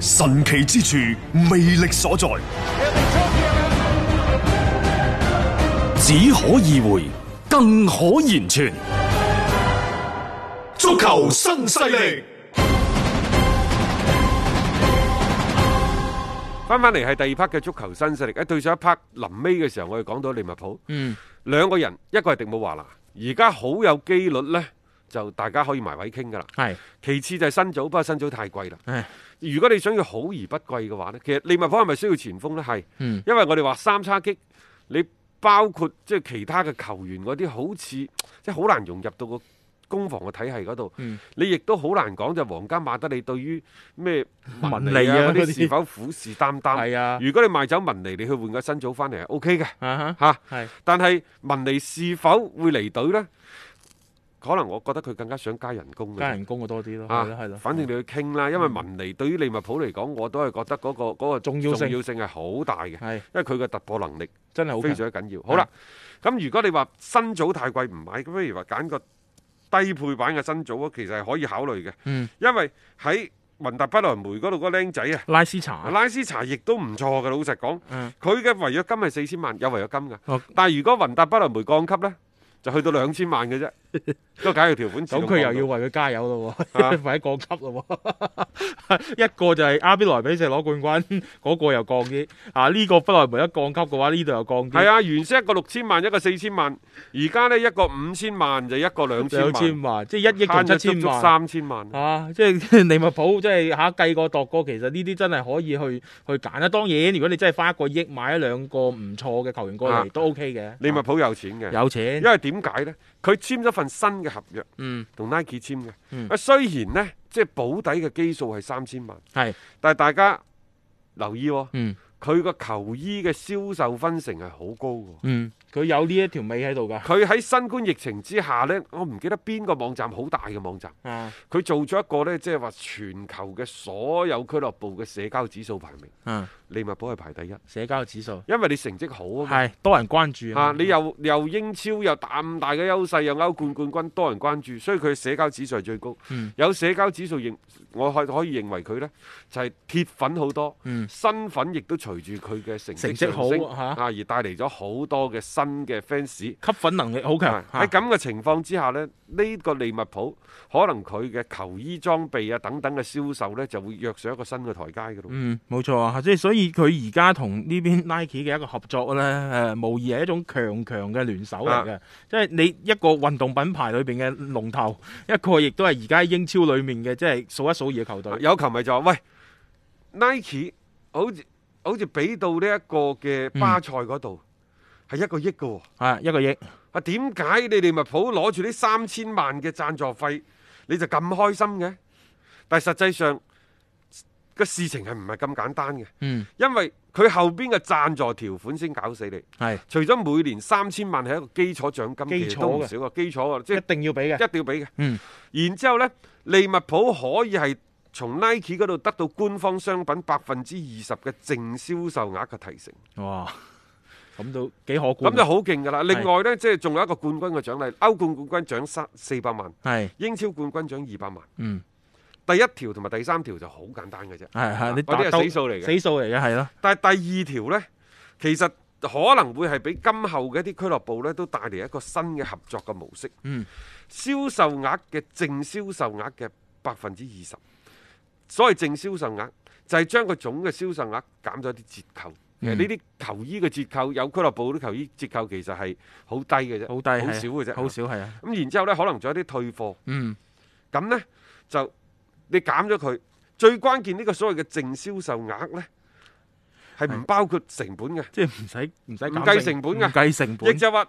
神奇之處，魅力所在，只可意會，更可言傳。足球新勢力。翻翻嚟係第二 part 嘅足球新勢力。喺對上一 part 臨尾嘅時候，我哋講到利物浦，嗯，兩個人，一個係迪姆華拿，而家好有機率呢，就大家可以埋位傾噶啦。係其次就係新組，不過新組太貴啦。唉如果你想要好而不貴嘅話呢，其實利物浦係咪需要前鋒呢？係，嗯因為我哋話三叉戟，你包括即係其他嘅球員嗰啲，好似即係好難融入到個攻防嘅體系嗰度。嗯你亦都好難講就皇家馬德里對於咩文文尼尼啊啊嗰嗰啲啲是否虎視眈眈？係啊如果你賣走文尼，你去換個新組翻嚟係 O K 嘅啊嚇。哈，係但係文尼是否會離隊呢？可能我覺得佢更加想加人工嘅加啫。人工嘅多啲咯，啊係咯係咯，，反正你去傾啦，因為文尼對於利物浦嚟講，我都係覺得嗰、個嗰個重要性重要性係好大嘅，因係為佢嘅突破能力真係好非強，常之緊要。好啦，咁如果你話新組太貴唔買，咁不如話揀個低配版嘅新組啊，其實係可以考慮嘅，嗯因為喺雲達不萊梅嗰度嗰個僆仔啊，拉斯查，拉斯查亦都唔錯嘅，老實講。嗯，佢嘅違約金係四千萬，有違約金哦㗎。但係如果雲達不萊梅降級呢，就去到兩千萬嘅啫。 個解約條款自咁動佢降又到要為佢加油咯啊 喎，為咗降級咯喎， 一個就係阿比萊比錫攞冠軍， 嗰個又降啲，啊呢個不萊梅一降級嘅話，呢度又降係啲，啊，原先一個六千萬，一個四千萬，而家呢一個五千萬就一個兩千兩萬，千萬，即係一億慳咗同七足千足萬。三千萬。啊！即係 利物浦，即係嚇計過度過，其實呢啲真係可以去去揀啦。當然，如果你真係花一個億買一兩個唔錯嘅球員過嚟，啊都 OK 嘅。啊利物浦有錢嘅，有錢因，為點解呢？佢簽咗份新嘅合約，嗯，同 Nike 簽嘅。嗯啊，雖然呢，即係保底嘅基數係三千萬，係，但係大家留意喎，嗯佢個球衣嘅銷售分成係好高喎。嗯，佢有呢一條尾喺度㗎。佢喺新冠疫情之下呢，我唔記得邊個網站好大嘅網站，啊佢做咗一個呢，即係話全球嘅所有俱樂部嘅社交指數排名，啊！利物浦係排第一，社交指數因為你成績好啊嘛。係多人關注啊！嘛你又又英超又咁大嘅優勢，又歐冠冠軍，多人關注，所以佢社交指數係最高。嗯有社交指數認，我可可以認為佢呢就係、鐵粉好多，嗯身份亦都隨住佢嘅成績成績上升好啊而帶嚟咗好多嘅新嘅 fans。吸粉能力好強啊。嚇喺咁嘅情況之下呢，呢、個利物浦可能佢嘅球衣裝備啊等等嘅銷售呢，就會躍上一個新嘅台階嘅咯。嗯，冇錯啊，即係所以佢而家同呢邊 Nike 嘅一個合作咧，誒、無疑係一種強強嘅聯手嚟嘅。即係你一個運動品牌裏邊嘅龍頭， 一個亦都係而家英超裏面嘅即係數一數二嘅球隊。有球迷就話：喂，Nike 好似好似俾到呢一個嘅嗯巴塞嗰度係一個億嘅喎、啊，一個億，啊點解你利物浦攞住呢三千萬嘅贊助費，你就咁開心嘅？但係實際上個事情係唔係咁簡單嘅？嗯，因為佢後邊嘅贊助條款先搞死你。係除咗每年三千萬係一個基礎獎金，其基礎嘅實都唔少嘅基礎嘅，啊即一係定要俾嘅。一定要俾嘅。嗯，然之後呢，利物浦可以係從 Nike 嗰度得到官方商品百分之二十嘅淨銷售額嘅提成，哇，咁都幾可觀。咁就好勁㗎啦。另外呢，即係仲有一個冠軍嘅獎勵，歐冠冠軍獎三四百萬，係，英超冠軍獎二百萬。嗯，第一條同埋第三條就好簡單嘅啫，係係，你嗰啲達係到死數嚟嘅。死數嚟嘅係咯。但係第二條呢，其實可能會係俾今後嘅一啲俱樂部呢都帶嚟一個新嘅合作嘅模式。嗯，銷售額嘅淨銷售額嘅百分之二十，所謂淨銷售額就係將個總嘅銷售額減咗啲折扣。其實嗯呢啲球衣嘅折扣，有俱樂部啲球衣折扣其實係好低嘅啫，好低，好少嘅啫。好少 係啊，咁然之後呢，可能仲有啲退貨，嗯，咁呢，就你減咗佢。最關鍵呢個所謂嘅淨銷售額呢，係唔包括成本嘅，即係唔使唔使唔減計成本㗎唔計成亦本，就話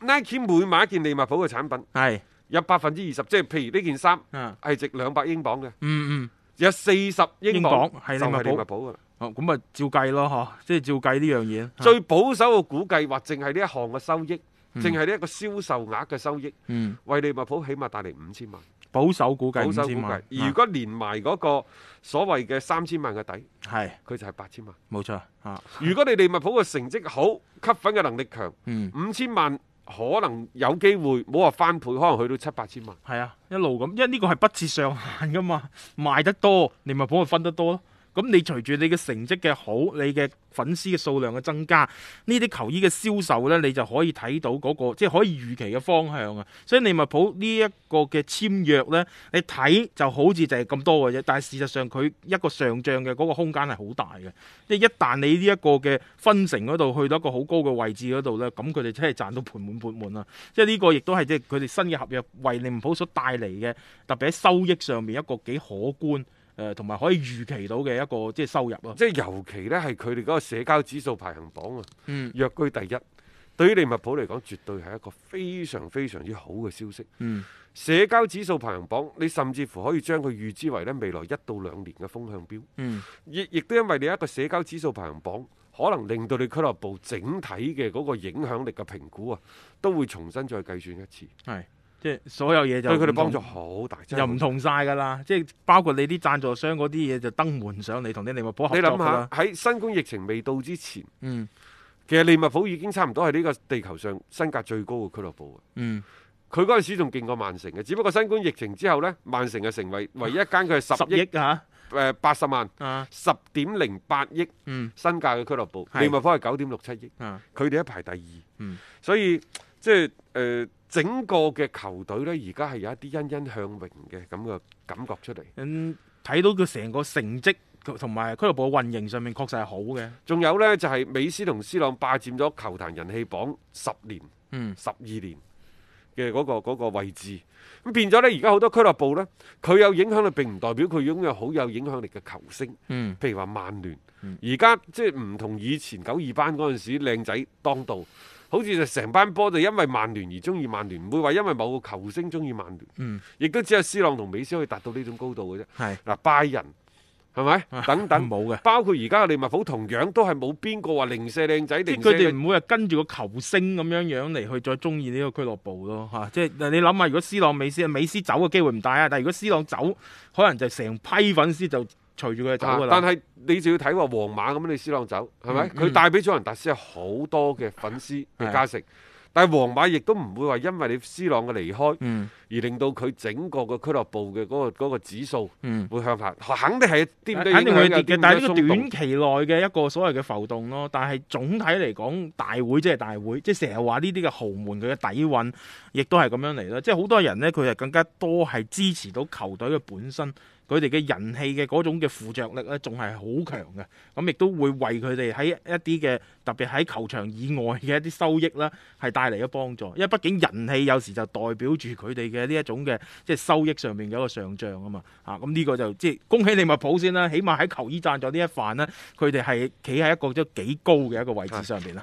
Nike 每買一件利物浦嘅產品，係有百分之二十，即係譬如呢件衫啊，係值兩百英鎊嘅，嗯嗯，有四十英英鎊鎊係就係利利物物浦浦㗎啦。哦咁啊照計咯嗬，即係照計呢樣嘢，最保守嘅估計，或淨係呢一項嘅收益，淨係呢一個銷售額嘅收益，嗯為利物浦起碼帶嚟五千萬。保守估計保五守估千計萬，，如啊果連埋嗰個所謂嘅三千萬嘅底，係佢就係八千萬。冇錯啊，如果你利物浦嘅成績好，吸粉嘅能力強，嗯。五千萬可能有機會，冇話翻倍，可能去到七八千萬。系啊，一路咁，因為呢個係不設上限噶嘛，賣得多，你咪幫佢分得多咯。咁你隨住你嘅成績嘅好，你嘅粉絲嘅數量嘅增加，呢啲球衣嘅銷售呢，你就可以睇到嗰、個即係可以預期嘅方向啊。所以利物浦呢一個嘅簽約呢，你睇就好似就係咁多嘅啫，但係事實上佢一個上漲嘅嗰個空間係好大嘅。即係一旦你呢一個嘅分成嗰度去到一個好高嘅位置嗰度呢，咁佢哋真係賺到盤滿缽滿啊！即係呢個亦都係即係佢哋新嘅合約為利物浦所帶嚟嘅，特別喺收益上面一個幾可觀誒，同、埋可以預期到嘅一個即係收入咯。即係尤其呢，係佢哋嗰個社交指數排行榜啊，嗯躍居第一。對於利物浦嚟講，絕對係一個非常非常之好嘅消息。嗯，社交指數排行榜，你甚至乎可以將佢預知為咧未來一到兩年嘅風向標。嗯，亦亦都因為你一個社交指數排行榜，可能令到你俱樂部整體嘅嗰個影響力嘅評估啊，都會重新再計算一次，係即係所有嘢就對佢哋唔同幫助好大。真係又唔同晒㗎啦，即係包括你啲贊助商嗰啲嘢就登門上嚟同你利物浦合你作諗㗎下啦。喺新冠疫情未到之前，嗯其實利物浦已經差唔多係呢個地球上身價最高嘅俱樂部啊。嗯，佢嗰陣時仲勁過曼城嘅，只不過新冠疫情之後呢，曼城就成 為唯一一間佢係十十億億嚇誒八十萬啊，十點零八億嗯身價嘅俱樂部，係利物浦係九點六七億，啊。佢哋一排第二。嗯所以即係誒、呃整個嘅球隊呢，而家係有一啲欣欣向榮嘅咁嘅感覺出嚟。嗯，睇到佢成個成績同埋俱樂部嘅運營上面確實係好嘅。仲有呢，就係、美斯同斯朗霸佔咗球壇人氣榜十年、嗯十二年嘅嗰、個嗰個位置，咁變咗呢，而家好多俱樂部呢，佢有影響力並唔代表佢擁有好有影響力嘅球星，嗯譬如話曼聯，嗯而家即係唔同以前九二班嗰陣時靚仔當道，好似就成班波就因為曼聯而中意曼聯，唔會話因為某個球星中意曼聯，嗯，亦都只有斯朗同美斯可以達到呢種高度嘅啫。係嗱，拜仁係咪 啊等等？冇嘅包括而家嘅利物浦同樣都係冇邊個話零舍靚仔，即零係舍佢哋唔會係跟住個球星咁樣樣嚟去再中意呢個俱樂部咯嚇、即係你諗下，如果斯朗美斯，美斯走嘅機會唔大啊，但係如果斯朗走，可能就成批粉絲就隨住佢走啊㗎啦。但係你就要睇話皇馬咁，你斯朗走係咪？嗯佢帶俾祖雲達斯有好多嘅粉絲係嘅加成，但係皇馬亦都唔會話因為你斯朗嘅離開嗯而令到佢整個嘅俱樂部嘅嗰個嗰個指數嗯。會向下，肯定係啲啊肯定會跌嘅，但係呢個個短期內嘅一個所謂嘅浮動咯。但係總體嚟講，大會即係大會，即係成日話呢啲嘅豪門佢嘅底韻，亦都係咁樣嚟啦。即係好多人呢，佢係更加多係支持到球隊嘅本身，佢哋嘅人氣嘅嗰種嘅附着力咧，仲係好強嘅。咁亦都會為佢哋喺一啲嘅特別喺球場以外嘅一啲收益啦，係帶嚟咗幫助。因為畢竟人氣有時就代表住佢哋嘅呢一種嘅即係收益上面嘅一個上漲啊嘛。啊，咁呢個就即係恭喜利物浦先啦，起碼喺球衣贊助呢一範呢，佢哋係企喺一個都幾高嘅一個位置上邊啦。